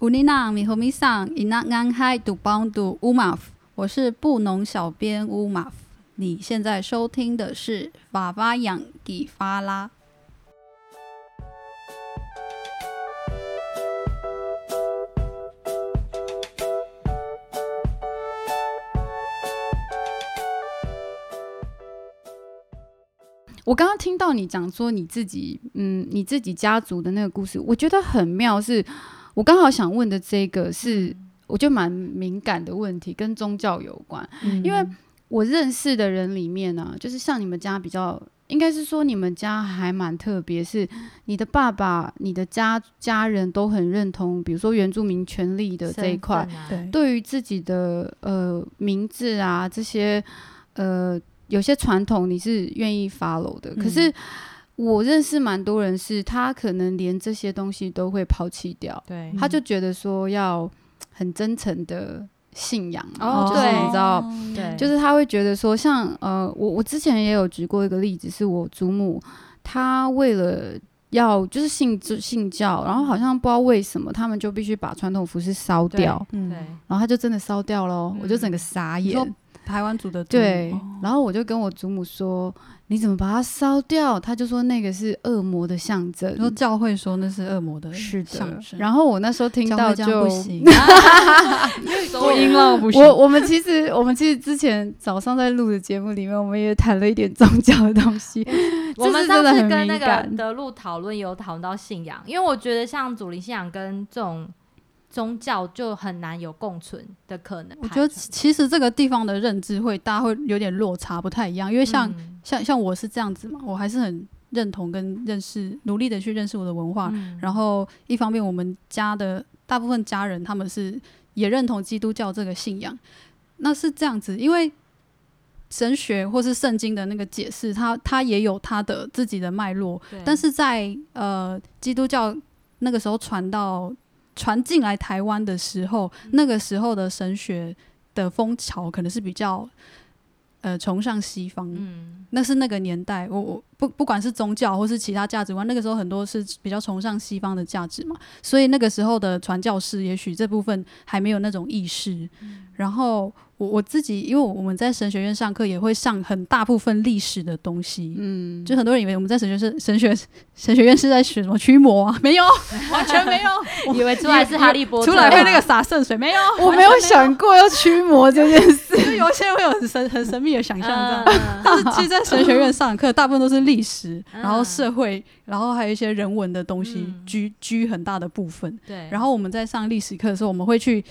乌尼娜米和米桑伊娜安嗨杜邦杜乌马夫，我是布农小编乌马夫。你现在收听的是法巴养吉发拉。我刚刚听到你讲说你自己，嗯，你自己家族的那个故事，我觉得很妙是。我刚好想问的这个是，我觉得蛮敏感的问题，跟宗教有关。嗯因为我认识的人里面呢、啊，就是像你们家比较，应该是说你们家还蛮特别，是你的爸爸、你的家家人都很认同，比如说原住民权利的这一块，对对于自己的呃名字啊这些呃有些传统你是愿意 follow 的，可嗯是。我认识蛮多人，是他可能连这些东西都会抛弃掉，对嗯他就觉得说要很真诚的信仰啊，哦就是对你知道，对，就是他会觉得说像，呃，我我之前也有举过一个例子，是我祖母，她为了要就是信信教，然后好像不知道为什么他们就必须把传统服饰烧对掉，嗯，对，然后他就真的烧掉喽，我就整嗯个傻你眼，说台湾族的族对，哦然后我就跟我祖母说：“你怎么把它烧掉？”他就说那个是恶魔的象征你。说教会说那是恶魔的是哦象的，征，然后我那时候听教到会这就样不 行，收音了不我我们其实我们其实之前早上在录的节目里面，我们也谈了一点宗教的东西。 我们这是上真的次很跟敏那个感德路讨论，有讨论到信仰，因为我觉得像祖灵信仰跟这种宗教就很难有共存的可能。我觉得其实这个地方的认知会大家会有点落差，不太一样，因为像、嗯像像我是这样子嘛，我还是很认同跟认识，努力的去认识我的文化。嗯啊然后一方面，我们家的大部分家人他们是也认同基督教这个信仰，那是这样子，因为神学或是圣经的那个解释，它它也有它的自己的脉络，对但是在呃基督教那个时候传到传进来台湾的时候，嗯那个时候的神学的风潮可能是比较呃崇尚西方，嗯那是那个年代，我我不不管是宗教或是其他价值观，那个时候很多是比较崇尚西方的价值嘛，所以那个时候的传教士也许这部分还没有那种意识。然后我我自己，因为我们在神学院上课也会上很大部分历史的东西，嗯，就很多人以为我们在神学是神学神学院是在学什么驱魔啊，没有， 完全没有，以为出来是哈利波 特出啊，来会那个洒圣水， 没有，我没有想过要驱魔这 件事。就 有一些会有很神很神秘的想象这样。嗯但是其实，在神学院上课，大部分都是历史， 嗯然后社会，然后还有一些人文的东西嗯居居很大的部分。对，然后我们在上历史课的时候，我们会去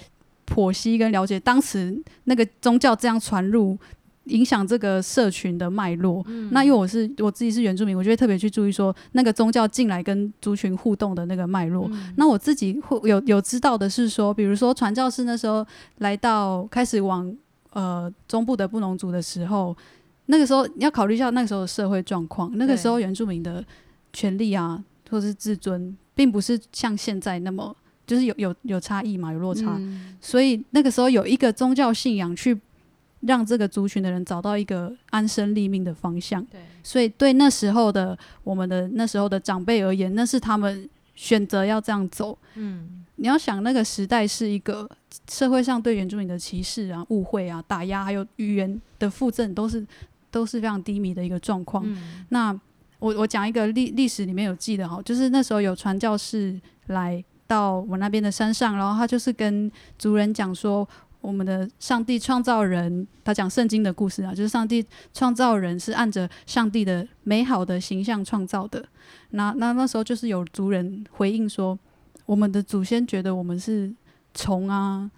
剖析跟了解当时那个宗教这样传入影响这个社群的脉络。嗯那因为我是我自己是原住民，我就会特别去注意说那个宗教进来跟族群互动的那个脉络。嗯那我自己会有有知道的是说，比如说传教士那时候来到开始往呃中部的布农族的时候，那个时候你要考虑一下那个时候的社会状况，那个时候原住民的权利啊，或是自尊，并不是像现在那么就是有有有差异嘛，有落差。嗯所以那个时候有一个宗教信仰去让这个族群的人找到一个安身立命的方向。对所以对那时候的我们的那时候的长辈而言，那是他们选择要这样走。嗯你要想那个时代是一个社会上对原住民的歧视啊、误会啊、打压，还有语言的附赠，都是都是非常低迷的一个状况。嗯那我我讲一个历历史里面有记得哈，就是那时候有传教士来到我们那边的山上，然后他就是跟族人讲说，我们的上帝创造人，他讲圣经的故事啊，就是上帝创造人是按着上帝的美好的形象创造的。那那那时候就是有族人回应说，我们的祖先觉得我们是虫啊，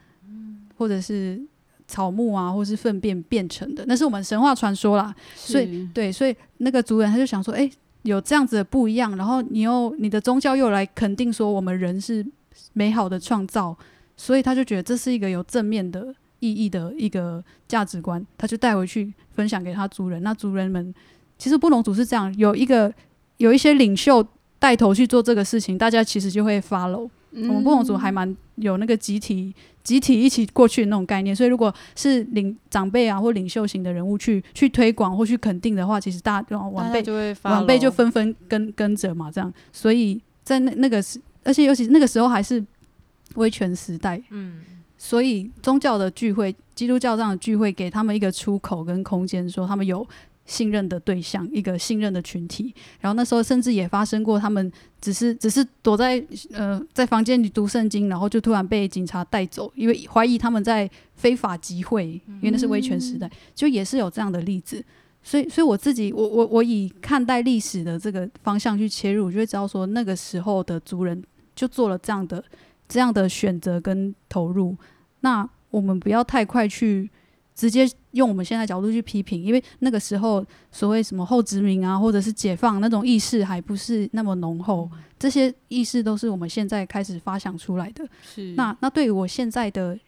或者是草木啊，或是粪便变成的，那是我们神话传说啦。所以对，所以那个族人他就想说，哎、有这样子的不一样，然后你又你的宗教又来肯定说我们人是美好的创造，所以他就觉得这是一个有正面的意义的一个价值观，他就带回去分享给他族人。那族人们其实布农族是这样，有一个有一些领袖带头去做这个事情，大家其实就会 follow。我嗯们布农族还蛮有那个集体集体一起过去的那种概念，所以如果是领长辈啊或领袖型的人物去去推广或去肯定的话，其实大家晚晚辈辈就会晚辈就分纷纷跟跟着嘛，这样，所以在那那个时，而且尤其那个时候还是威权时代，嗯，所以宗教的聚会，基督教这样的聚会，给他们一个出口跟空间，说他们有信任的对象，一个信任的群体。然后那时候甚至也发生过，他们只是只是躲在呃在房间里读圣经，然后就突然被警察带走，因为怀疑他们在非法集会，因为那是威权时代，就也是有这样的例子。所以，所以我自己，我我我以看待历史的这个方向去切入，我就会知道说，那个时候的族人就做了这样的这样的选择跟投入。那我们不要太快去直接用我们现在角度去批评，因为那个时候所谓什么后殖民啊，或者是解放那种意识还不是那么浓嗯厚，这些意识都是我们现在开始发想出来的。是嗯那那对于我现在的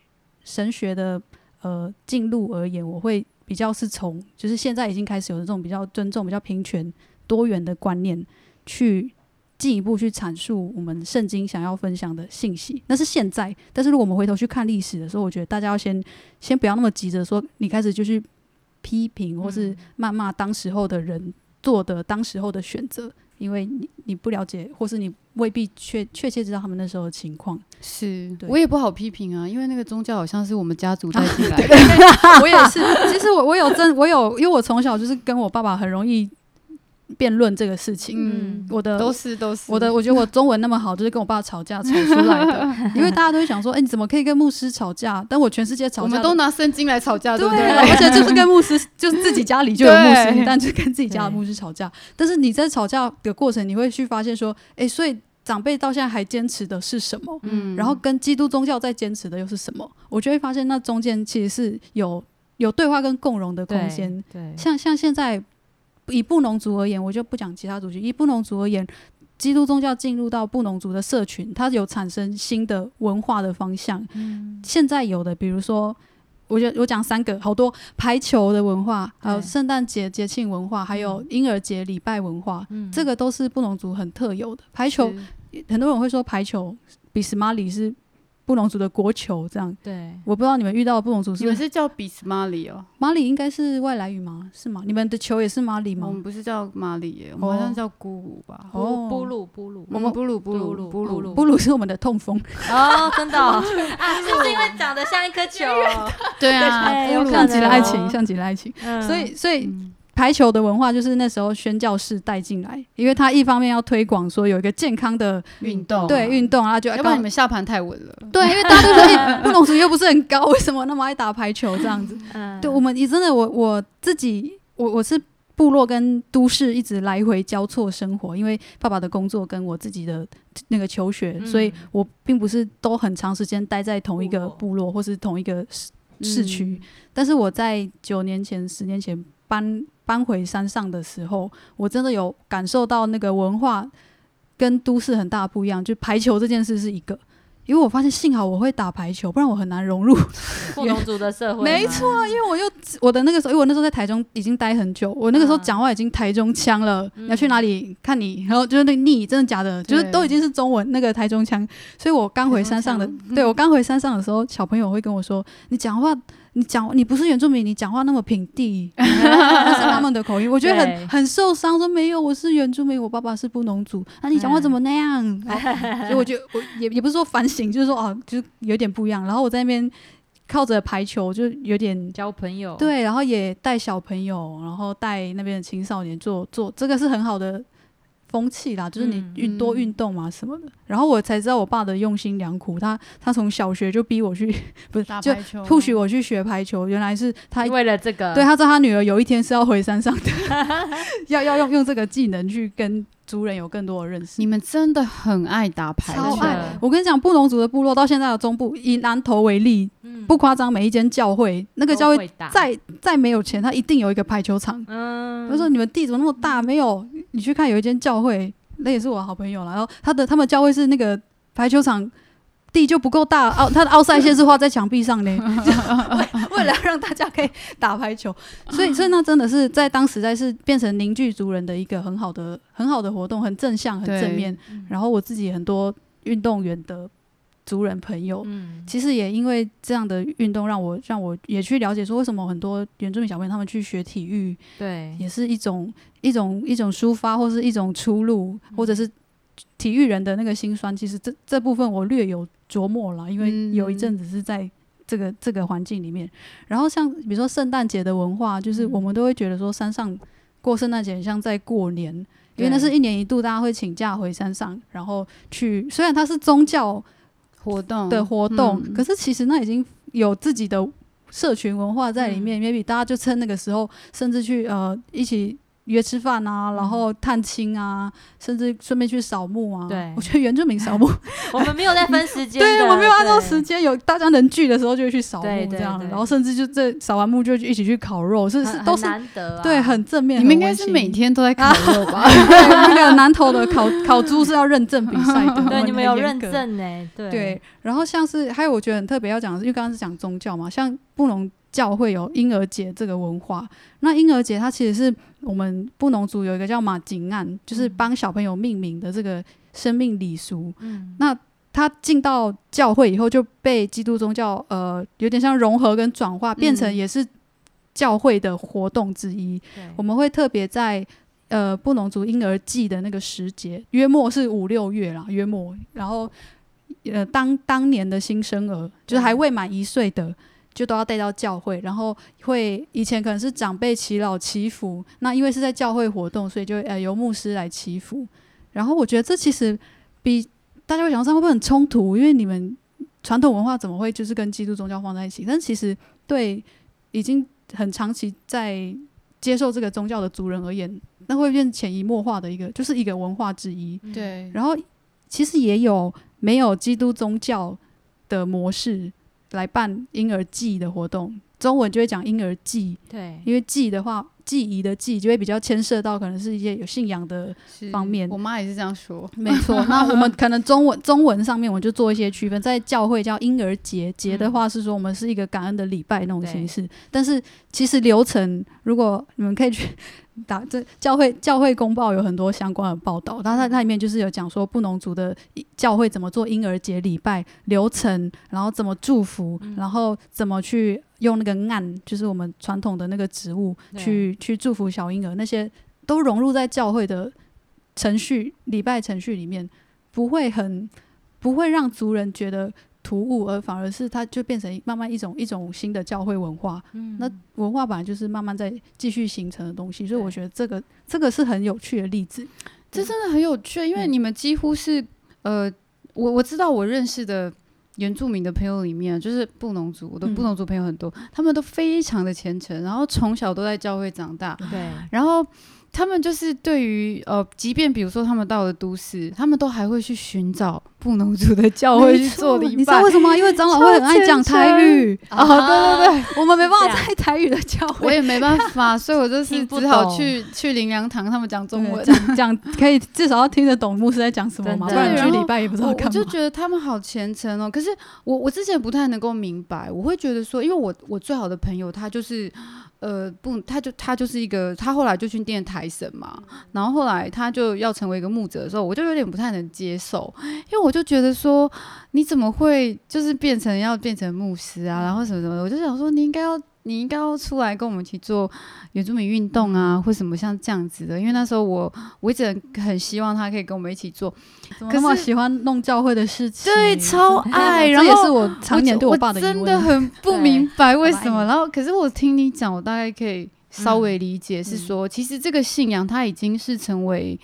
神学的呃进入而言，我会比较是从就是现在已经开始有这种比较尊重、比较平权、多元的观念去。进一步去阐述我们圣经想要分享的信息，那是现在。但是如果我们回头去看历史的时候，我觉得大家要先先不要那么急着说你开始就去批评或嗯是谩骂当时候的人做的当时候的选择，因为你你不了解，或是你未必确确切知道他们那时候的情况。是对我也不好批评啊，因为那个宗教好像是我们家族带进来的， 我也是，其实我我有真我有，因为我从小就是跟我爸爸很容易辩论这个事情。嗯，我的都是都是我的，我觉得我中文那么好，就是跟我爸吵架吵出来 的。因为大家都会想说，哎、你怎么可以跟牧师吵架？但我全世界吵我架们都拿圣经来吵架，对不对，对？ 而 且就是跟牧师，就是自己家里就有牧师，对你但就跟自己家的牧师吵架。但是你在吵架的过程，你会去发现说，哎、所以长辈到现在还坚持的是什么？嗯然后跟基督宗教在坚持的又是什么？我就会发现那中间其实是有有对话跟共融的空间。对，像像现在以布农族而言，我就不讲其他族群。以布农族而言，基督宗教进入到布农族的社群，它有产生新的文化的方向。现在有的，比如说。我就我讲三个，好多排球的文化，还有对圣诞节节庆文化，还有婴儿节礼拜文化，嗯这个都是布农族很特有的。排球，很多人会说排球比斯马里是布农族的国球，这样对，我不知道你们遇到的布农族你是不们是是叫比斯马里哦，马里应该是外来语吗？是吗？你们的球也是马里吗？我们不是叫马里耶，我们好像叫姑舞吧？嗯哦布鲁布鲁我们布鲁布布鲁鲁布布鲁鲁布鲁是我们的痛风，哦，真 的 哦啊，是不是因为长得像一颗球？对啊，哎有可像极能了爱哦情，像极了爱情。嗯所以，所以嗯排球的文化就是那时候宣教士带进来，因为他一方面要推广说有一个健康的运动啊对运动，然后就哦要不然告你们下盘太稳了。对，因为大家都说哎布隆族又不是很高，为什么那么爱打排球这样子？嗯对我们，也真的我我自己，我我是部落跟都市一直来回交错生活，因为爸爸的工作跟我自己的那个求学，嗯所以我并不是都很长时间待在同一个部嗯部落或是同一个市市 区。但是我在九年前、十年前搬搬回山上的时候，我真的有感受到那个文化跟都市很大不一样，就排球这件事是一个。因为我发现，幸好我会打排球，不然我很难融入布农族的社会吗，没错，因为我又我的那个时候，因为我那时候在台中已经待很久，我那个时候嗯讲话已经台中腔了。嗯你要去哪里看你？然后就是那个你真的假的，对就是都已经是中文那个台中腔。所以我刚回山上的台中，对我刚回山上的时候，小朋友会跟我说：“你讲话，你讲你不是原住民，你讲话那么平地。”那是他们的口音，我觉得对很很受伤。说没有，我是原住民，我爸爸是布农族，啊那、你讲话怎么那样？然后所以我觉得我也也不是说反省，就是说哦，就是有点不一样。然后我在那边靠着排球，就有点交朋友，对，然后也带小朋友，然后带那边的青少年做做，这个是很好的风气啦，就是你嗯运、多运动嘛什么的。然后我才知道我爸的用心良苦，他他从小学就逼我去， 不是打就排球，不许我去学排球，原来是他为了这个，对，他知道他女儿有一天是要回山上的，要要用用这个技能去跟族人有更多的认识你。们真的很爱打排超球，爱我跟你讲，布农族的部落到现在的中部，以南投为例，嗯不夸张，每一间教会，那个都教会会打，再再没有钱，他一定有一个排球场。嗯他说：“你们地怎么那么大？没有，你去看有一间教会，那也是我的好朋友啦。然后他的他们教会是那个排球场地就不够大， 奥他的奥赛线是画在墙壁上呢，为为了让大家可以打排球，所以所以那真的是在当时代是变成凝聚族人的一个很好的很好的活动，很正向，很对正面。嗯然后我自己很多运动员的族人朋友，嗯其实也因为这样的运动，让我让我也去了解说，为什么很多原住民小朋友他们去学体育， 对，也是一种一种一种抒发，或是一种出路，或者是体育人的那个辛酸。其实这这部分我略有琢磨了，因为有一阵子是在这个这个环境里面。然后像比如说圣诞节的文化，就是我们都会觉得说山上过圣诞节很像在过年，因为那是一年一度大家会请假回山上，然后去。虽然它是宗教活哦动的活动，嗯可是其实那已经有自己的社群文化在嗯里面。maybe 大家就趁那个时候，甚至去呃一起约吃饭啊，嗯然后探亲啊，甚至顺便去扫墓啊。对我觉得原住民扫 墓，我们没有在分时间的，对我没有按照对时间，有大家能聚的时候就会去扫对墓这对样，对然后甚至就这扫完墓就一起去烤肉，是很是很都是难得啊，对很正面。你们应很该温是馨 每。天都在烤肉吧？对那个南投的烤烤猪是要认证比赛的，我 对你们有很严认格证呢，对对，然后像是还有我觉得很特别要讲的是，因为刚刚是讲宗教嘛，像布农教会有婴儿节这个文化。那婴儿节它其实是我们布农族有一个叫马吉案，就是帮小朋友命名的这个生命礼俗。嗯那他进到教会以后，就被基督宗教呃有点像融合跟转化，变成嗯也是教会的活动之一。对我们会特别在呃布农族婴儿季的那个时节，约莫是五六月啦，约莫，然后呃当当年的新生儿，就是还未满一岁的。就都要带到教会，然后会以前可能是长辈祈老祈福，那因为是在教会活动，所以就会呃由牧师来祈福。然后我觉得这其实比大家会想说会不会很冲突？因为你们传统文化怎么会就是跟基督宗教放在一起？但其实对已经很长期在接受这个宗教的族人而言，那会变潜移默化的一个，就是一个文化之一。嗯对，然后其实也有没有基督宗教的模式来办婴儿祭的活动，中文就会讲婴儿祭，对因为祭的话，祭仪的祭就会比较牵涉到可能是一些有信仰的是方面我妈也是这样说。 没错，那我们可能中文中文上面我就做一些区分，在教会叫婴儿节，节的话是说我们是一个感恩的礼拜那种形式，但是其实流程，如果你们可以去打这教会教会公报有很多相关的报道，它它它里面就是有讲说布农族的教会怎么做婴儿节礼拜流程，然后怎么祝福，然后怎么去用那个案，就是我们传统的那个植物对去去祝福小婴儿，那些都融入在教会的程序礼拜程序里面，不会很不会让族人觉得突兀，而反而是它就变成慢慢一种一种新的教会文化。嗯那文化本来就是慢慢在继续形成的东西，所以对我觉得这个这个是很有趣的例子。这真的很有趣，因为嗯你们几乎是呃，我我知道我认识的原住民的朋友里面，就是布农族，我的嗯布农族朋友很多，他们都非常的虔诚，然后从小都在教会长大，对啊然后他们就是对于呃，即便比如说他们到了都市，他们都还会去寻找布农族的教会去做没错礼你知拜道为。什么吗？因为长老会很爱讲台语，啊、对对对，我们没办这法在台语的教我会也没办法，所以我就是听不只好懂去去林良堂，他们讲中对文。讲讲，可以至少要听得懂牧师在讲什么嘛，不真然的你对然去后礼拜也不知我道哦我干嘛。就觉得他们好虔诚哦。可是我我之前不太能够明白，我会觉得说，因为我我最好的朋友他就是，呃，不，他就他就是一个，他后来就去念台神嘛，然后后来他就要成为一个牧者的时候，我就有点不太能接受，因为我就觉得说，你怎么会就是变成要变成牧师啊，然后什么什么的，我就想说你应该要。你应该要出来跟我们一起做原住民运动啊，或什么像这样子的，因为那时候我我一直很很希望他可以跟我们一起做，怎么可哦那么是喜欢弄教会的事情？哎对，超 爱。这然后也是我常年就对我爸的疑真的问很不对明白为我爱 什么。你然后，可是我听你讲，我大概可以稍嗯微理解，是嗯说、其实这个信仰它已经是成为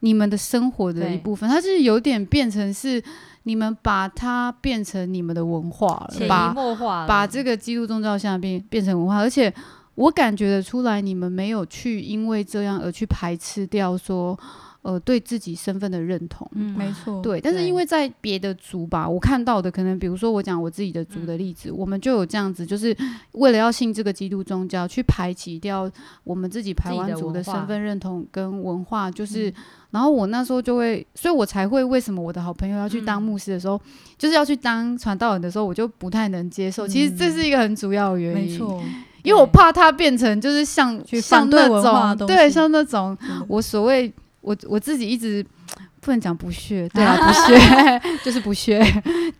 你们的生活的一对部分，它是有点变成是你们把它变成你们的文化潜了，移把默化了把这个基督宗教下变变成文化，而且。我感觉得出来，你们没有去因为这样而去排斥掉说，呃，对自己身份的认同。嗯没错，对，但是对因为在别的族吧，我看到的可能，比如说我讲我自己的族的例子，我们就有这样子，就是为了要信这个基督宗教，去排挤掉我们自己排自己湾的族文的身化份认同跟文化，就是，嗯然后我那时候就会，所以我才会为什么我的好朋友要去当嗯牧师的时候，就是要去当传道人的时候，我就不太能接受。其实这嗯是一个很主要的原因，没错，因为我对怕他变成就是像去像反对那文化的种东对西像那种真的我所谓我我自己一直不能讲不屑，对啊，不屑就是不屑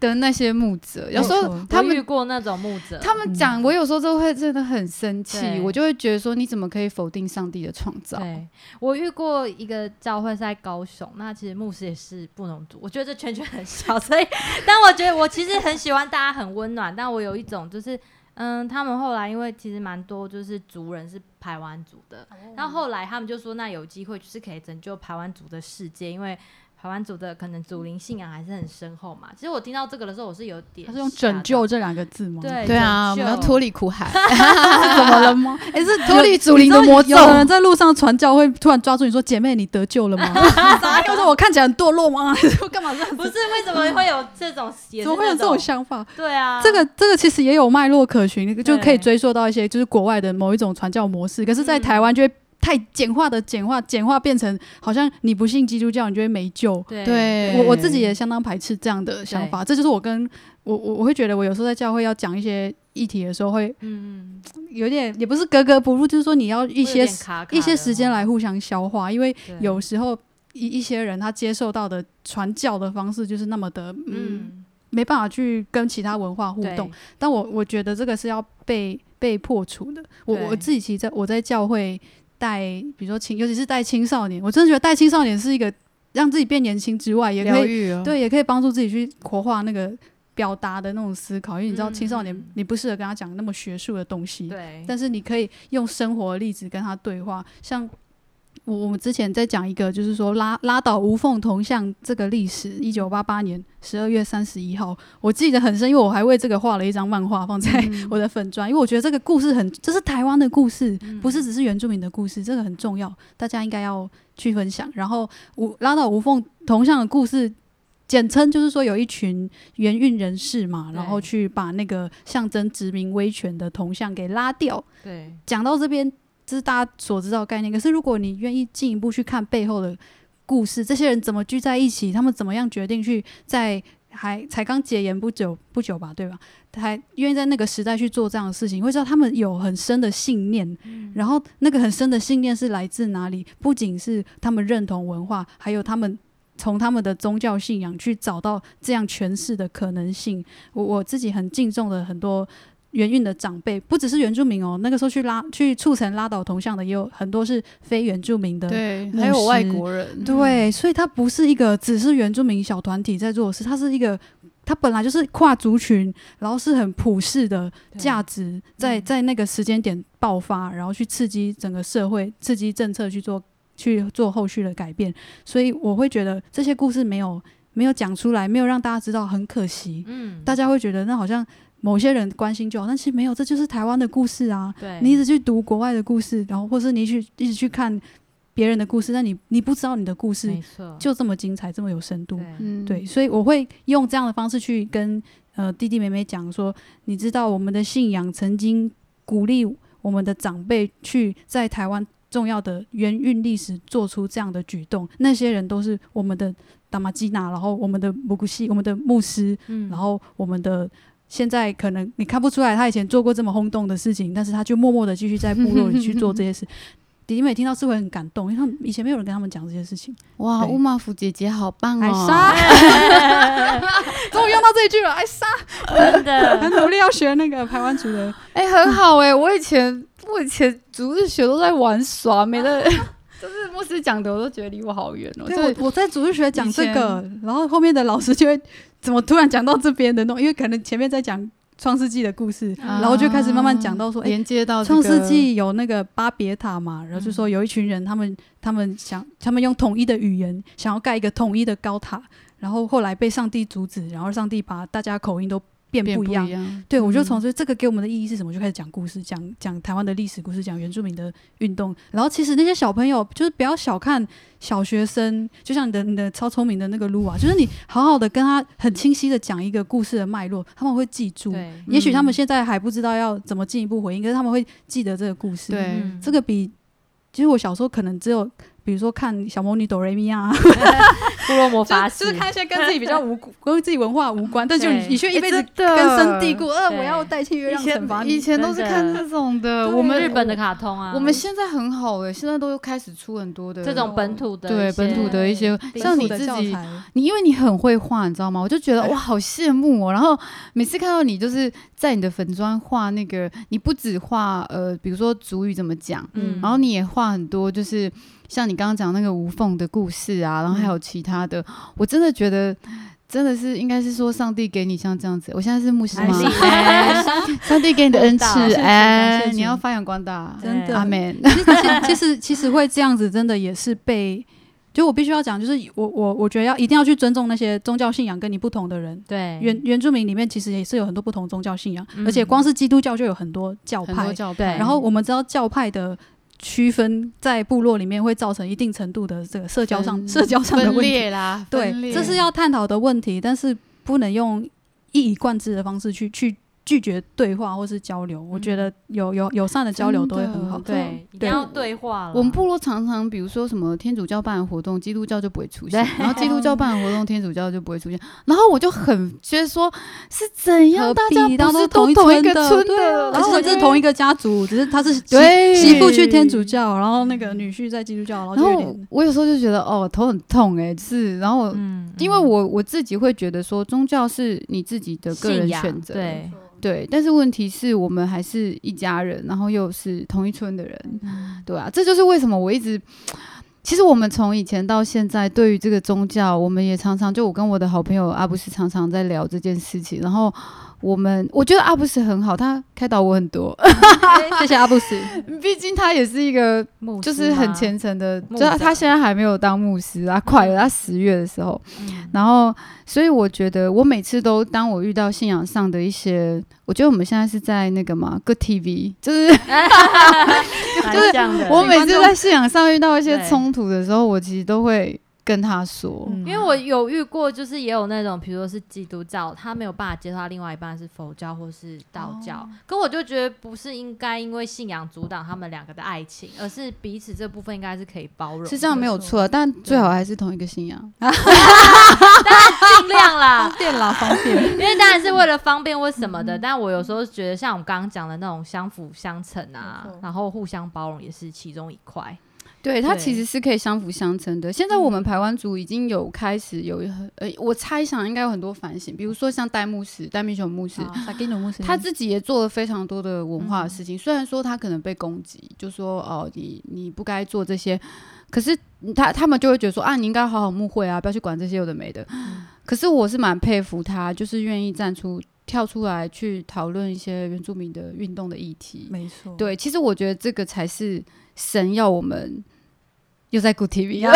的那些牧者，有时候错嗯他他们们遇过那种牧者，他们讲，我有时候都会真的很生气，对我就会觉得说，你怎么可以否定上帝的创造？对我遇过一个教会是在高雄，那其实牧师也是布农族，我觉得这圈圈很小，所以嗯但我觉得我其实很喜欢大家很温暖，但我有一种就是。嗯，他们后来因为其实蛮多就是族人是排湾族的，哦然后后来他们就说那有机会就是可以拯救排湾族的世界，因为排湾族的可能祖灵信仰还是很深厚嘛。其实我听到这个的时候，我是有点他是用吓拯到救这两个字吗？ 对对啊，我拯们要救脱离苦海，怎么了吗？ 哎、是脱离祖灵的魔咒有的人在路上传教会突然抓住你说：“姐妹，你得救了吗？” 他说：“我看起来很堕落吗？ 干嘛这样？不是为什么会有这种，也是怎么会有那这种想法？”对啊，这个这个其实也有脉络可循，就对可以追溯到一些就是国外的某一种传教模式，可是，在嗯台湾就会太简化的简化，简化变成好像你不信基督教，你就会没救。对对我我自己也相当排斥这样的想法，这就是我跟我我我会觉得我有时候在教会要讲一些议题的时候，会嗯，嗯有点也不是格格不入，就是说你要一会有些点卡卡的一些时间哦来互相消化，因为对有时候一一些人他接受到的传教的方式就是那么的嗯嗯没办法去跟其他文化互动对，但我我觉得这个是要被被破除的。我对我自己其实在我在教会带，比如说青，尤其是带青少年，我真的觉得带青少年是一个让自己变年轻之外，也疗可以愈哦。对，也可以帮助自己去活化那个表达的那种思考。因为你知道嗯青少年，嗯你不适合跟他讲那么学术的东西，对，但是你可以用生活的例子跟他对话，像。我我们之前在讲一个，就是说拉拉倒无缝铜像这个历史，一九八八年十二月三十一号，我记得很深，因为我还为这个画了一张漫画放嗯在 我的粉砖，因为我觉得这个故事很，这是台湾的故事，不是只是原住民的故事，这个很重要，大家应该要去分享。然后无拉倒无缝铜像的故事，简称就是说有一群援运人士嘛，然后对去把那个象征殖民威权的铜像给拉掉，对讲到这边，这是大家所知道的概念。可是如果你愿意进一步去看背后的故事，这些人怎么聚在一起，他们怎么样决定去在还才刚解严不久不久吧，对吧？还愿意在那个时代去做这样的事情，会知道他们有很深的信念。嗯然后那个很深的信念是来自哪里？不仅是他们认同文化，还有他们。从他们的宗教信仰去找到这样诠释的可能性，我我自己很敬重的很多原运的长辈，不只是原住民哦，那个时候去拉去促成拉倒铜像的，也有很多是非原住民的。对，牧还有外师国人，对所以它不是一个只是原住民小团体在做的事，它是一个，它本来就是跨族群，然后是很普世的价值在嗯在那个时间点爆发，然后去刺激整个社会，刺激政策去做去做后续的改变。所以我会觉得这些故事没有没有讲出来，没有让大家知道，很可惜。嗯，大家会觉得那好像某些人关心就好，但其实没有，这就是台湾的故事啊。对你一直去读国外的故事，然后或是你去一直去看别人的故事，但你你不知道你的故事没错，就这么精彩，这么有深度。对嗯，对，所以我会用这样的方式去跟呃弟弟妹妹讲说，你知道我们的信仰曾经鼓励我们的长辈去在台湾重要的元运历史做出这样的举动，那些人都是我们的达玛基纳，然后我们的布古西，我们的牧师，嗯然后我们的。现在可能你看不出来他以前做过这么轰动的事情，但是他就默默的继续在部落里去做这些事。 弟弟妹听到是会很感动，因为他们以前没有人跟他们讲这些事情。啊哇，对乌马福姐姐好棒艾 哦！莎，终于用到这一句了，艾莎， 真的嗯很努力要学那个排湾族的，哎、很好哎、我以前我以前逐日学都在玩耍，没得，就是牧师讲的，我都觉得离我好远哦、对对，我我在主日学讲这以个，然后后面的老师就会怎么突然讲到这边的弄，因为可能前面在讲创世纪的故事，啊然后就开始慢慢讲到说，哎、连接到这创个嗯世，纪有那个巴别塔嘛，然后就说有一群人，他们他们想，他们用统一的语言想要盖一个统一的高塔，然后后来被上帝阻止，然后上帝把大家口音都变变不不一样一，样。对，我就嗯从这这个给我们的意义是什么，就开始讲故事，讲讲台湾的历史故事，讲原住民的运动。然后其实那些小朋友就是不要小看小学生，就像你的你的超聪明的那个露啊，就是你好好的跟他很清晰的讲一个故事的脉络，他们会记住。对也许他们嗯现在还不知道要怎么嗯进一步回应，可是他们会记得这个故事。对嗯这个比其实我小时候可能只有比如说看小魔女哆瑞咪啊，部落魔 法就师，是看一些跟自己比较无关跟自己文化无关，但就你对你却一辈子欸真的根深蒂固，呃，对我要带去月以亮惩罚前以你。前都是真的看这种的，对我们日本的卡通啊，我们现在很好哎、现在都开始出很多的这种本土的对一些本土的一些，本本像土你的自教己，材啊你因为你很会画，你知道吗？我就觉得对哇，好羡慕哦。然后每次看到你，就是在你的粉砖画那个，你不只画呃，比如说主语怎么讲，嗯然后你也画很多，就是像你刚刚讲那个无缝的故事啊，嗯然后还有其他的，我真的觉得。真的是，应该是说上帝给你像这样子。我现在是牧师哎吗是？哎 上帝给你的恩赐谢谢，哎谢，谢你要发扬光大，真对 的阿门。其实其实其实会这样子，真的也是被，就我必须要讲，就是我我我觉得要一定要去尊重那些宗教信仰跟你不同的人。对原原住民里面其实也是有很多不同宗教信仰，嗯而且光是基督教就有很多教很多派。教对派，然后我们知道教派的区分在部落里面会造成一定程度的这个社交上分社交上的分问题，裂啦，分对，裂这是要探讨的问题，但是不能用一以贯之的方式去去拒绝对话或是交流。我觉得有有友善的交流都会很好。真的对一定要对话了，我们部落常常，比如说什么天主教办的活动，基督教就不会出现；然后基督教办的活动，天主教就不会出现。然后我就很觉得说，是怎样何大必家不大家都是同一同一村个的村对啊的，而然后且我这是就同一个家族，只是他是媳对媳妇去天主。教，然后那个女婿在基督教，然后然就有后点我有时候就觉得，哦，头很痛哎、是，然后。嗯，嗯因为我我自己会觉得说，宗教是你自己的个人信仰选择，对，对。但是问题是我们还是一家人，然后又是同一村的人，嗯对啊，这就是为什么我一直。其实我们从以前到现在，对于这个宗教，我们也常常就我跟我的好朋友阿布斯常常在聊这件事情。然后我们我觉得阿布斯很好，他开导我很多，谢谢阿布斯，毕竟他也是一个牧师就是很吗，虔诚的，牧就他他者现在还没有当牧师啊，快了，他十月的时候，嗯然后，所以我觉得，我每次都当我遇到信仰上的一些，我觉得我们现在是在那个嘛，Good TV，就是蛮像的我们每次在信仰上遇到一些对冲突的时候，我其实都会跟他说，嗯因为我有遇过，就是也有那种，比如说是基督教，他没有办法接受他另外一半是佛教或是道教，可我就觉得不是应该因为信仰阻挡他们两个的爱情，而是彼此这部分应该是可以包容，是这样没有错啊，但最好还是同一个信仰。尽量啦，电啦方便，因为当然是为了方便或什么的，但我有时候觉得像我们刚刚讲的那种相辅相成啊没错，然后互相包容也是其中一块，对，嗯它对其实是可以相辅相成的。现在我们排湾族已经有开始有很呃，我猜想应该有很多反省，比如说像戴牧师、戴明雄牧师，萨基努穆斯林啊他自己也做了非常多的文嗯化的事情，虽然说他可能被攻击，就说哦，你你不该做这些，可是他他们就会觉得说啊，你应该好好牧会啊，不要去管这些有的没的。嗯可是我是蛮佩服他，就是愿意站出跳出来去讨论一些原住民的运动的议题。没错，对，其实我觉得这个才是神要我们又在 Good TV 啊，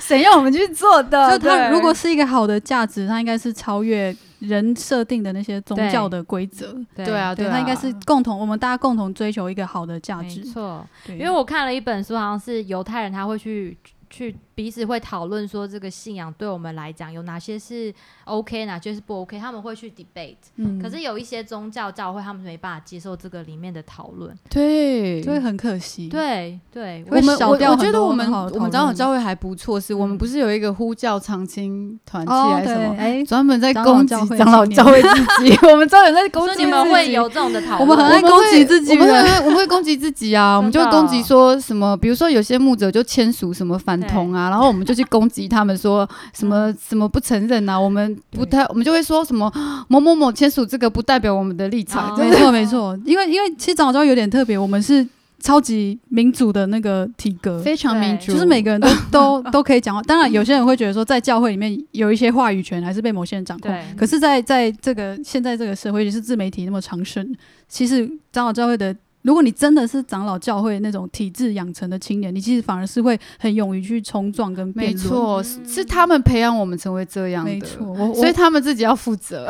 神要我们去做的。就他对如果是一个好的价值，他应该是超越人设定的那些宗对教的规则。对，啊，对，啊，他应该是共同，我们大家共同追求一个好的价没值。错。对因为我看了一本书，好像是犹太人他会去去彼此会讨论说这个信仰对我们来讲有哪些是 OK，哪些是不 OK，他们会去 debate、嗯可是有一些宗教教会他们没办法接受这个里面的讨论。嗯对就会很可惜。，对对，会我们少我掉我很觉得多我很们好的我讨们论长老教会还不错，是我们嗯不是有一个呼叫长青团契哦还，是对什么，，哎，专门在攻击长老教会长老教会自己，我们专门在攻所以击你们自会己有。这种的讨 我们论，很爱我们攻会击自己我们人哦会我们会攻击自己 啊，我们就真会的攻击说什么，比如说有些牧者就签署什么反同啊，然后我们就去攻击他们说什么嗯什么不承认啊，我们不太，我们就会说什么某某某签署这个不代表我们的立场，哦就哎没是错没错，因为因为其实长教有点特别，我们是超级民主的那个体格。非常民对主，就是每个人都都都可以讲话，当然有些人会觉得说，在教会里面有一些话语权还是被某些人掌控。对，可是在，在这个现在这个社会，也是自媒体那么昌盛，其实长老教会的，如果你真的是长老教会那种体制养成的青年，你其实反而是会很勇于去冲撞跟辩没论。嗯错，是是他们培养我们成为这样的，没错，我所以我他们自己要负责。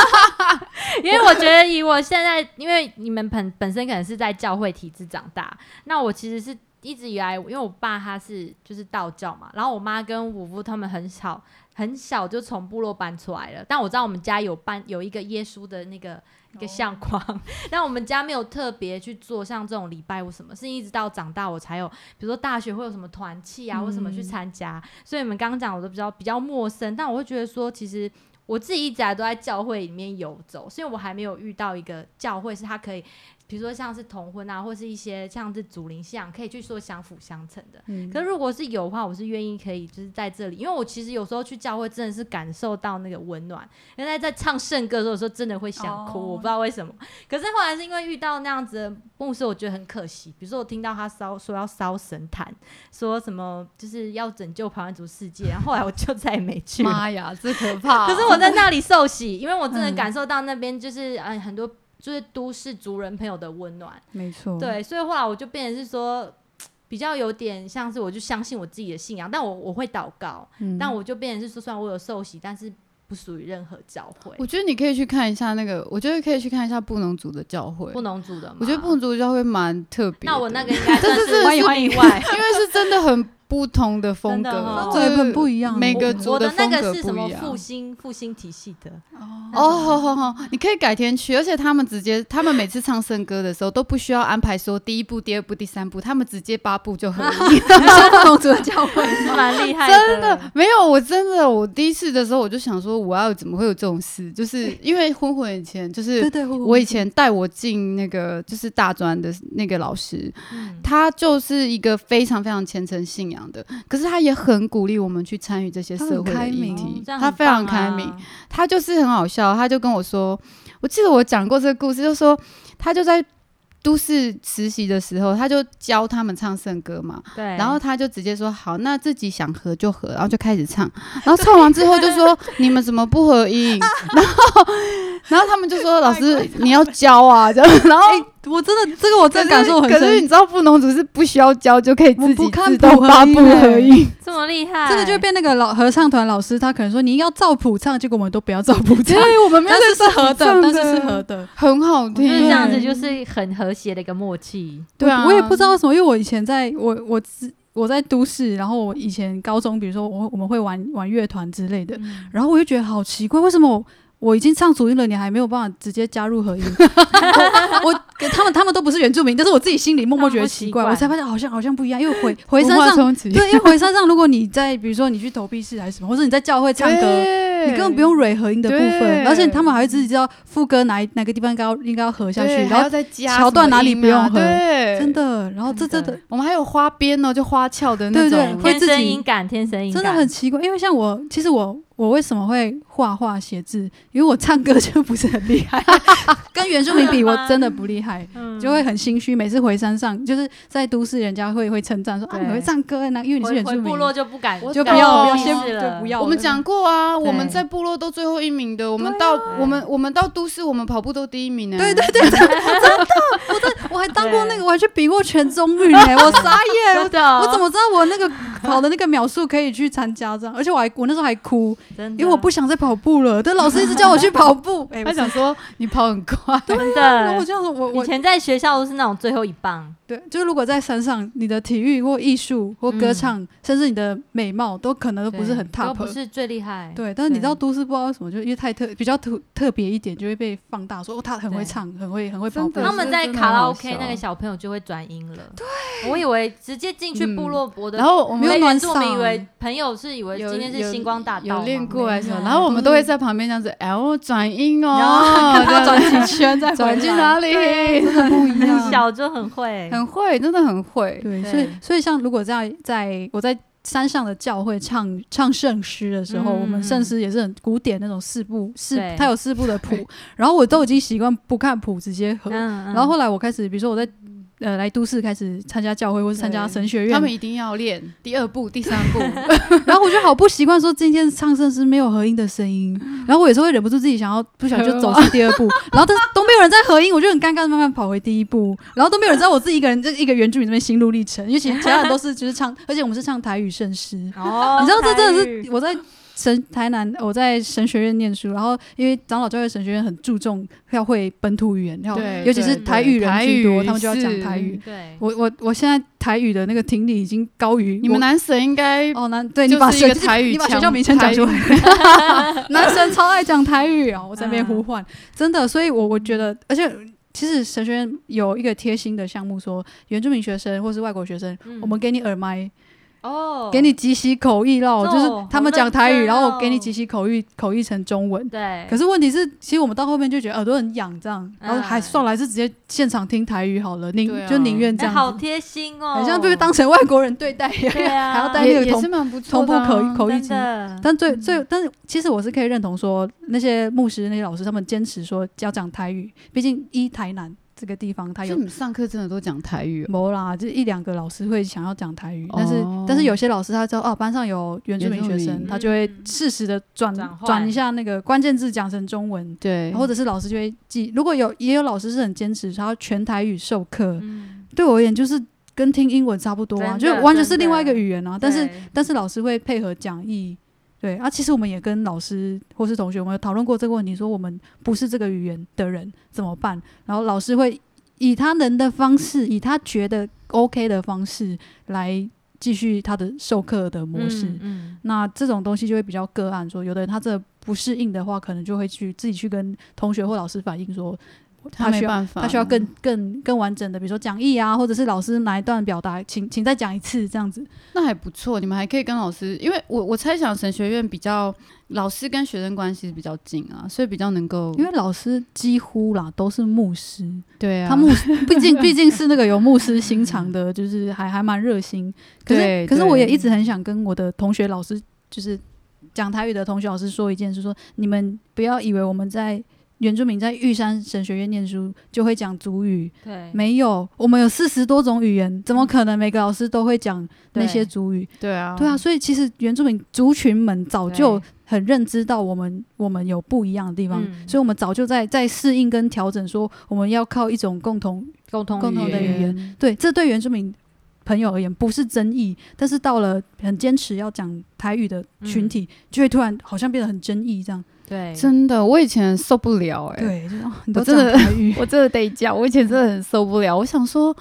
因为我觉得以我现在，因为你们本本身可能是在教会体制长大，那我其实是一直以来，因为我爸他是就是道教嘛，然后我妈跟我姑他们很少很小就从部落搬出来了，但我知道我们家有搬有一个耶稣的那个一个相框， 但我们家没有特别去做像这种礼拜或什么，是一直到长大我才有，比如说大学会有什么团契啊，或什么去参加，所以你们刚刚讲我都比较比较陌生，但我会觉得说其实。我自己一直以来都在教会里面游走，所以我还没有遇到一个教会是他可以，比如说像是同婚啊，或是一些像是祖灵信仰，可以去说相辅相成的。可是如果是有的话，我是愿意可以就是在这里，因为我其实有时候去教会真的是感受到那个温暖，原来在唱圣歌的时候，有时候真的会想哭，哦我不知道为什么。可是后来是因为遇到那样子的牧师，我觉得很可惜。比如说我听到他烧说要烧神坛，说什么就是要拯救排湾族世界，然后后来我就再也没 去了。妈呀，这可怕！可是哦我在那里受洗，因为我真的感受到那边就是嗯、呃很多就是都市族人朋友的温暖，没哦错，，对，所以后来我就变成是说。比较有点像是我就相信我自己的信仰，但我我会祷告，嗯但我就变成是说，虽然我有受洗，但是不属于任何教会，我觉得你可以去看一下那个，我觉得可以去看一下布农族的教会不。能组的嘛。我觉得布农族的教会蛮特别的。那我那个应该 算这是是欢迎欢迎意外。因为是真的很不同的风格，真的哦氛就围是很不一样，每个我族的那风个格是什不么一复样。兴复兴体系的，哦，好好好，你可以改天去，而且他们直接，他们每次唱圣歌的时候都不需要安排说第一步、第二步、第三步，他们直接八步就合一。同族的教会，蛮 厉害真的没有，我真的，我第一次的时候我就想说，哇哦，怎么会有这种事？就是因为混混以前就是对对，我以前带我进那个就是大专的那个老师，嗯他就是一个非常非常虔诚信仰的，可是他也很鼓励我们去参与这些社他会的很开议明题哦，这样他很非常棒开啊明，他就是很好笑，他就跟我说，我记得我讲过这个故事，就说他就在都市实习的时候，他就教他们唱圣歌嘛，对，然后他就直接说好，那自己想合就合，然后就开始唱，然后唱完之后就 说你们怎么不合音？然后然后他们就说老 师你要教啊，这样，然后。哎，我真的这个我真的感受很可是深你，知道，布农族是不需要教就可以我自己不看自动谱八合步音合欸 音，这么厉害，这个就变那个老合唱团老师，他可能说你要照谱唱，结果我们都不要照谱 唱，我们但是是合的，但但是是是是合合的。很好听，就是这样子，对就是很和谐的一个默契。对啊我也不知道为什么，因为我以前在我我自我在都市，然后我以前高中，比如说我我们会玩玩乐团之类的，然后我就觉得好奇怪，为什么我我已经唱主音了，你还没有办法直接加入合音？ 我我他们他们都不是原住民，但是我自己心里默默觉得奇 怪，他我们不习才惯发现好像好像不一样，因为回回文山化上。冲击 对，因为回山上，如果你在比如说你去投币式还是什么，或者你在教会唱歌，对你根本不用蕊合音的部分，对而且他们还会自己知道副歌哪一哪个地方应该要应该要合下去，对还然要后再加桥段什么哪里音不用啊合对，真。的，然后这真真的的我们还有花边哦，就花俏的那对种，对会天自己生音感，天生音感，真的很奇怪，因为像我，其实我我为什么会画画写字？因为我唱歌就不是很厉 害，跟原住民比，我真的不厉害，嗯就会很心虚。每次回山上，就是在都市，人家会会称赞说啊，对你会唱歌呢，因为你是回原回住民部，落就不敢，就不懂要不要意先思就了不要。我们讲过啊，对我们在部落都最后一名的，我们对啊到我们我们到都市，我们跑步都第一名啊呢。对对 对，真的，我真的我还当过那个，我还去比过全中运哎，我 傻眼，我真的，哦我怎么知道我那个跑的那个秒数可以去参加这样？而且我还我那时候还哭，真的？因为我不想再跑步了，但老师一直叫我去跑 步，哎，他我想说你跑很快， 真啊然后我的。这样说，我以我前在学校都是那种最后一棒，对，就是如果在山上，你的体育或艺术或歌唱，甚至你的美貌，都可能都不是很都 top，不是最厉害。对。但是你知道对都市不知道为什么，就因为太特比较特特别一点，就会被放大说哦，他很会对唱，很会很会真跑步的。他们在卡拉 OK 真的很好笑那个小朋友就会转音了。对，我以为直接进去部落，我的然后我没们有啊被暖原住民嗓以为朋友是以为有今天有是星光大道有嘛练 过来什么，没有哎然后我们都会在旁边这样子，哎，我转音然 后哦看，他转几 圈再回来转去哪里？真的不一很样。 小就很会，很会，真的很会。对，对所以所以像如果在在我在山上的教会唱唱圣诗的时候，嗯我们圣诗也是很古典那种四部四对，它有四部的谱， 然后我都已经习惯不看谱直接和。嗯，嗯然后后来我开始，比如说我在呃来都市开始参加教会或是参加对神学院他，们一定要练第二步、第三 步，然后我就好不习惯说今天唱圣诗没有合音的声音，然后我有时候会忍不住自己想要不想就走去第二步，然后但是都没有人在合音，我就很尴尬，慢慢跑回第一步，然后都没有人知道我自己一个人这一个原住民这边心路历程，因为其实其他人都是就是唱，而且我们是唱台语圣诗，哦， 你知道这真的台语是我在神台南，我在神学院念书，然后因为长老教会神学院很注重要会本土语言，要对尤其是对台语人台居多，语他们就要讲是台语。对，我我我现在台语的那个听力已经高于你们我男神应该哦南对就你把是一学个台语你把学强校名称讲出来， 男生超爱讲台语哦，我在那边啊呼唤，真的，所以我我觉得，而且其实神学院有一个贴心的项目说原住民学生或是外国学生，嗯我们给你耳麦，哦，给你即席口译喽，就哦是他们好讲认台语，真然后哦我给你即席口译口译成中文。对，可是问题是，其实我们到后面就觉得耳朵很痒，这样，然后还嗯算了，还是直接现场听台语好了，宁对啊就宁愿这哎样好子，哎贴心哦，很像被当成外国人对待一样，对啊 还要戴但那也个也同是蛮不错同步的啊口译口译真机。的，但最最，但是其实我是可以认同说，那些牧师、那些老师，他们坚持说要讲台语，毕竟一台南这个地方，它所以有你们上课真的都讲台语哦，没啦，就一两个老师会想要讲台语，但是哦但是有些老师他知道哦，班上有原住民原住学民生，他就会嗯适时的转转换转一下那个关键字讲成中文，对，或者是老师就会记。如果有也有老师是很坚持，他要全台语授课，嗯，对我而言就是跟听英文差不多啊，真就的完全是真的另外一个语言啊。但是对但是老师会配合讲义。对啊，其实我们也跟老师或是同学，我们有讨论过这个问题，说我们不是这个语言的人怎么办？然后老师会以他能的方式，以他觉得 OK 的方式来继续他的授课的模式。嗯嗯那这种东西就会比较个案说，有的人他真的不适应的话，可能就会去自己去跟同学或老师反映说，他需没要办法，他需要更更更完整的，比如说讲义啊，或者是老师哪一段表达，请请再讲一次这样子。那还不错，你们还可以跟老师，因为我我猜想神学院比较老师跟学生关系比较近啊，所以比较能够因为老师几乎啦都是牧师，对啊，他牧 师毕竟毕竟是那个有牧师心肠的，就是还还蛮热心。可是对可是我对也一直很想跟我的同学老师，就是讲台语的同学老师说一件事，说你们不要以为我们在。原住民在玉山神学院念书就会讲族语，对，没有，我们有四十多种语言，怎么可能每个老师都会讲那些对族语？对啊，对啊，，所以其实原住民族群们早就对很认知到我们我们有不一样的地方，嗯所以我们早就在在适应跟调整，说我们要靠一种共同共同共同的语言言。对，这对原住民朋友而言不是争议，但是到了很坚持要讲台语的群体，就会突然好像变得很争议这样。对，真的，我以前受不了哎、对，就是、哦、你都我真讲的，台语我真的得讲，我以前真的很受不了，我想说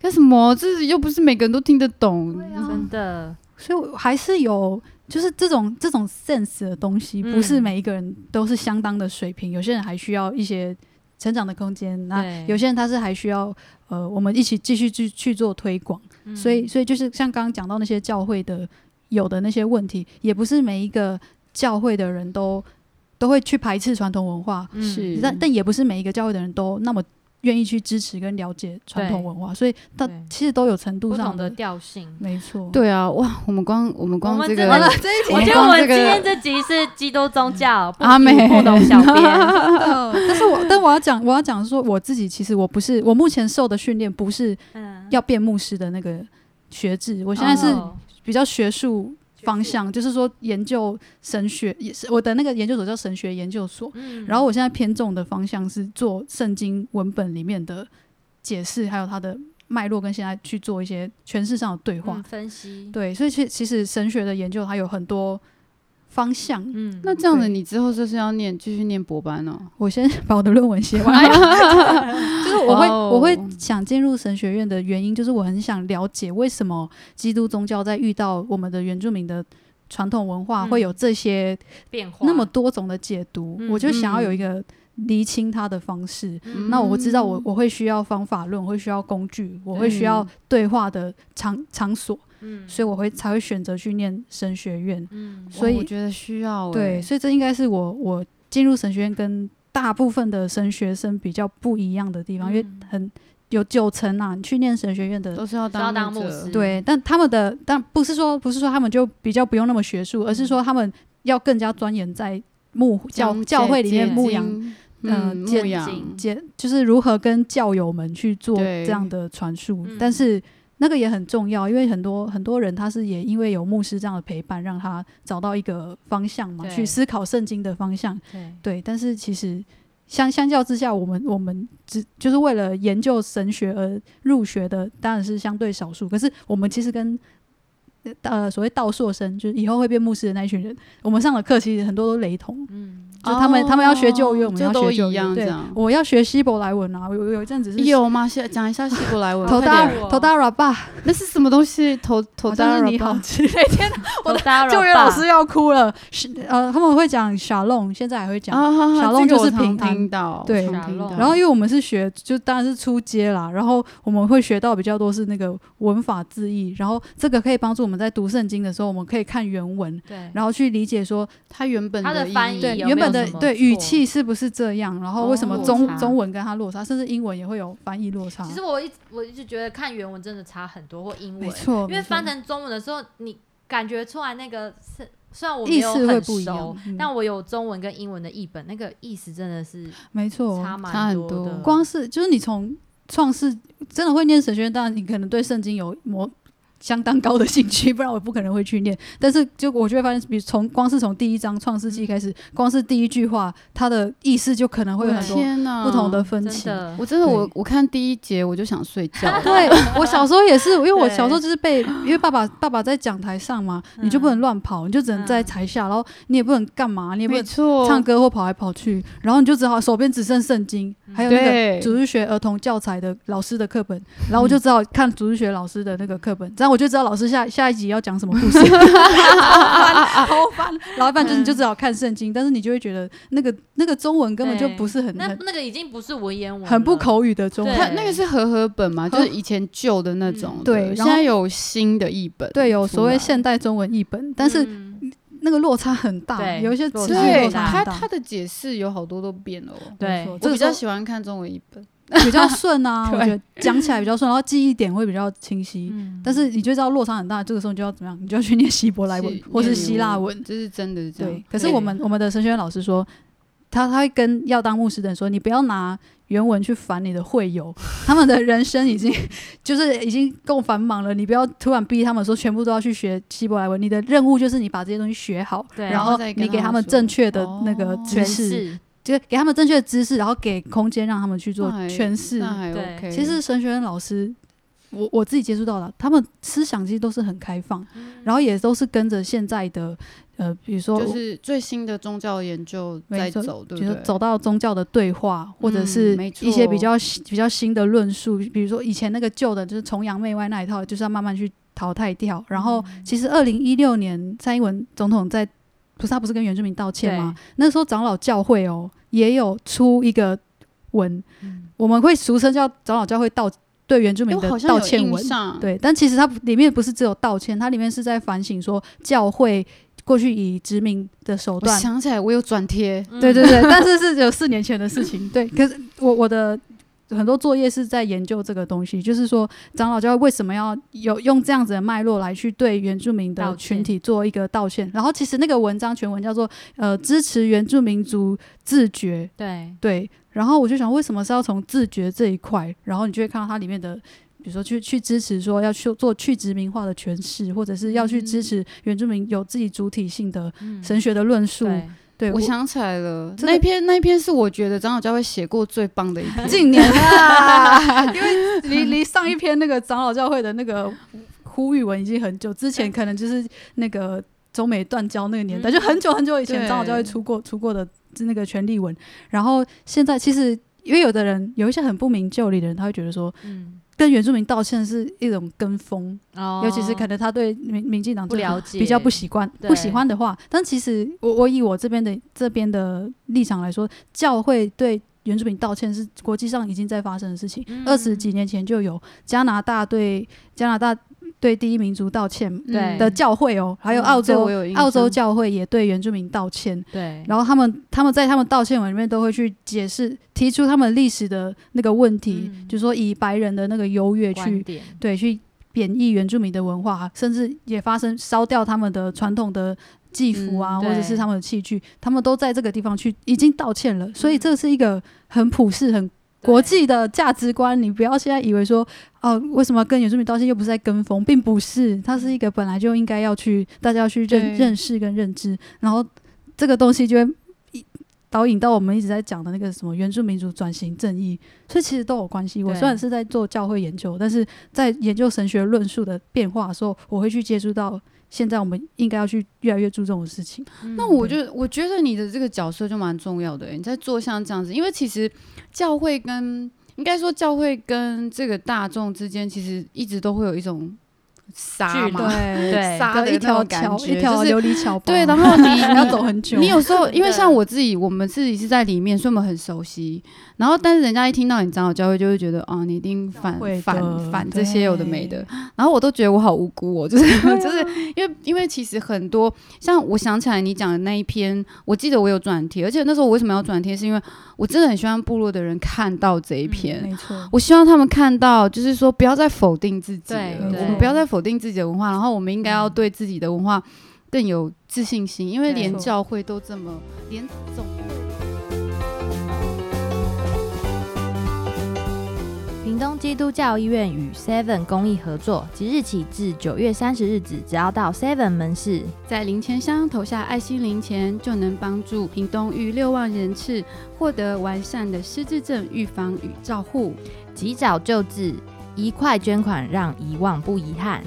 干什么？这又不是每个人都听得懂，真的，所以我还是有。就是这种这种 sense 的东西，不是嗯每一个人都是相当的水平，有些人还需要一些成长的空间。那对有些人他是还需要呃，我们一起继续去去做推广。嗯所以，所以就是像刚刚讲到那些教会的有的那些问题，也不是每一个教会的人都都会去排斥传统文化，嗯是但但也不是每一个教会的人都那么愿意去支持跟了解传统文化，所以它对其实都有程度不上同的的，调性。没错，对啊，哇，我们光我们光我们这真的个这 一我们觉得光我们这今个天这集是基督宗教，不阿服美不懂小编，真的， 但是 我但我要讲，我要讲说我自己其实我不是我目前受的训练不是嗯，要变牧师的那个学制，我现在是哦比较学术方向，就是说研究神学，也是我的那个研究所叫神学研究所。嗯然后我现在偏重的方向是做圣经文本里面的解释，还有它的脉络，跟现在去做一些诠释上的对话。嗯分析，对，所以其其实神学的研究它有很多方向。嗯，那这样子，对你之后就是要念继续念博班哦。我先 把我的论文写完， 就是我会哇哦我会想进入神学院的原因，就是我很想了解为什么基督宗教在遇到我们的原住民的传统文化嗯会有这些变化那么多种的解读，嗯我就想要有一个厘清它的方式。嗯那我知道我我会需要方法论，我会需要工具，我会需要对话的场场所，嗯所以我会才会选择去念神学院。嗯所以哇我觉得需要、欸、对，所以这应该是我我进入神学院跟大部分的神学生比较不一样的地方，因为嗯很有九成啊，你去念神学院的都是要当当牧者师对，但他们的但不是说不是说他们就比较不用那么学术，而是说他们要更加钻研在牧教讲教解会里面解牧养经呃嗯，解牧养经解，就是如何跟教友们去做对这样的传述嗯，但是。那个也很重要，因为很多很多人他是也因为有牧师这样的陪伴，让他找到一个方向嘛，对去思考圣经的方向。对对，但是其实相相较之下，我们我们只就是为了研究神学而入学的，当然是相对少数。可是我们其实跟呃所谓道硕生，就是以后会变牧师的那一群人，我们上的课其实很多都雷同，嗯，就他们、哦他们要学旧约，我们要就都学旧一约样，这对样，我要学希伯来文啊，我有有一阵子是有吗？先讲一下希伯 来文，头快大点点头大 raba，那是什么东西？头头大你好之类的，天哪，我的 的旧约老师要哭了，是呃他们会讲沙龙，现在还会讲。啊，小这龙个就我是常平安听到，对常听到然后因为我们是学，就当然是初阶啦，然后我们会学到比较多是那个文法字义，然后这个可以帮助我们在读圣经的时候，我们可以看原文，对，然后去理解说，它原本它的意翻译义对有原本没有的什么对错语气是不是这样，然后为什么哦中、落差中文跟它落差，甚至英文也会有翻译落差。其实我一直我一直觉得看原文真的差很多，或英没文，错，因为没错翻成中文的时候，你感觉出来那个是虽然我没意有思会很不一熟样，，嗯但我有中文跟英文的译本，那个意思真的是没错，差差蛮很多的。光是就是你从创世真的会念神学院，当然你可能对圣经有模相当高的兴趣，不然我不可能会去念。但是就我就会发现，比如从光是从第一章创世纪开始，光是第一句话，它的意思就可能会有很多天哪，不同的。分真歧。的，我真的我对，我看第一节我就想睡 觉对我小时候也是，因为我对小时候就是被，因为爸爸爸爸在讲台上嘛，你就不能乱跑，你就只能在嗯台下，然后你也不能干嘛，你也不没能错，唱歌或跑来跑去，然后你就只好手边只剩圣经，还有那对个主日学儿童教材的老师的课本，然后我就只好看主日学老师的那个课本，这样我就知道老师下下一集要讲什么故事，好烦，老板就是你就只好看圣经，但是你就会觉得那个那个中文根本就不是很那很那个已经不是文言文了，很不口语的中文，它对那个是和合本嘛，和就是以前旧的那种嗯的，对然后现在有新的译本，对，有所谓现代，代中文译本，但是嗯那个落差很大，对有一些落词差语对落很差大它很大。它的解释有好多都变了哦。没对错，我这个比时候较喜欢看中文译本，比较顺啊，我对觉得讲起来比较顺，然后记忆点会比较清晰。嗯但是你就知道落差很大，这个时候你就要怎么样？你就要去念希伯来文或是希腊文。这是真的是这样对，。可是我们我们的神学院老师说，他他会跟要当牧师的人说，你不要拿原文去烦你的会友， 他们的人生已经 就是已经够繁忙了，你不要突然逼他们说全部都要去学希伯来文。你的任务就是你把这些东西学好，对啊然后然后再跟你给他他们们说正确的那个哦知诠识，释就是给他们正确的知识，然后给空间让他们去做那还诠释。那还对 OK。其实神学院老师，我我自己接触到的，他们思想其实都是很开放，然后也都是跟着现在的呃，比如说嗯就是最新的宗教研究在没错走，对比不如对嗯说？走到宗教的对话，或者是没错一些比较新比较新的论述，比如说以前那个旧的，就是崇洋媚外那一套，就是要慢慢去淘汰掉。然嗯后，其实二零一六年蔡英文总统在不是他不是跟原住民道歉吗？那时候长老教会哦也有出一个文，嗯我们会俗称叫长老教会道对原住哎民我的好像道有歉印文。象，对，但其实它里面不是只有道歉，它里面是在反省说教会过去以殖民的手我段，想起来我有转贴，嗯对对对，但是是有四年前的事情。对，可是我我的很多作业是在研究这个东西，就是说长老教会为什么要有用这样子的脉络来去对原住民道的歉群体做一个道歉。然后其实那个文章全文叫做呃支持原住民族自觉， 对对，然后我就想，为什么是要从自觉这一块？然后你就会看到它里面的，比如说去去支持说要去做去殖民化的诠释，或者是要去支持原住民有自己主体性的嗯神学的论述。对对，我想起来了，真的那篇那篇是我觉得长老教会写过最 棒的一篇。近年啊，因为离离上一篇那个长老教会的那个呼吁文已经很久之前，可能就是那个中美断交那个年代，嗯就很久很久以前对长老教会出过出过的那个权利文。然后现在其实。因为有的人有一些很不明就里的人，他会觉得说，嗯，跟原住民道歉是一种跟风，哦尤其是可能他对民民进党不政府了解，比较不习惯、对不喜欢的话，但其实我我以我这边的这边的立场来说，教会对原住民道歉是国际上已经在发生的事情。嗯二十几年前就有加拿大对加拿大对第一民族道歉对的教会哦，还有嗯澳这洲我有印象澳洲教会也对原住民道歉，对，然后他们他们在他们道歉文里面都会去解释，提出他们历史的那个问题，嗯就是说以白人的那个优越观去点对去贬义原住民的文化，甚至也发生烧掉他们的传统的祭服啊，嗯或者对是他们的器具，他们都在这个地方去已经道歉了，所以这是一个很普世、很国际的价值观，你不要现在以为说哦，为什么跟原住民道歉又不是在跟风，并不是，它是一个本来就应该要去大家要去认对认识跟认知，然后这个东西就会一导引到我们一直在讲的那个什么原住民族转型正义，所以其实都有关系。我对虽然是在做教会研究，但是在研究神学论述的变化的时候，我会去接触到现在我们应该要去越来越注重的事情。嗯那我就我觉得你的这个角色就蛮重要的、欸你在做像这样子，因为其实教会跟应该说教会跟这个大众之间，其实一直都会有一种杀距嘛，对对杀的一那条种感桥，觉，一条就是琉璃桥吧。对，然后你 你要走很久。你有时候，因为的像我自己，我们自己是在里面，所以我们很熟悉。然后，但是人家一听到你长老教会，就会觉得啊，你一定反会的反反这些对有的没的。然后我都觉得我好无辜哦，就是 就是因为因为其实很多像我想起来你讲的那一篇，我记得我有转贴，而且那时候我为什么要转贴，是因为我真的很希望部落的人看到这一篇。没错，我希望他们看到，就是说不要再否定自己了对，我对们不要再否定自己的文化，然后我们应该要对自己的文化更有自信心，因为对连没错教会都这么，连总屏东基督教医院与 Seven 公益合作，即日起至九月三十日止，只要到 Seven 门市在零钱箱投下爱心零钱，就能帮助屏东逾六万人次获得完善的失智症预防与照护。及早救治，一块捐款让遗忘不遗憾。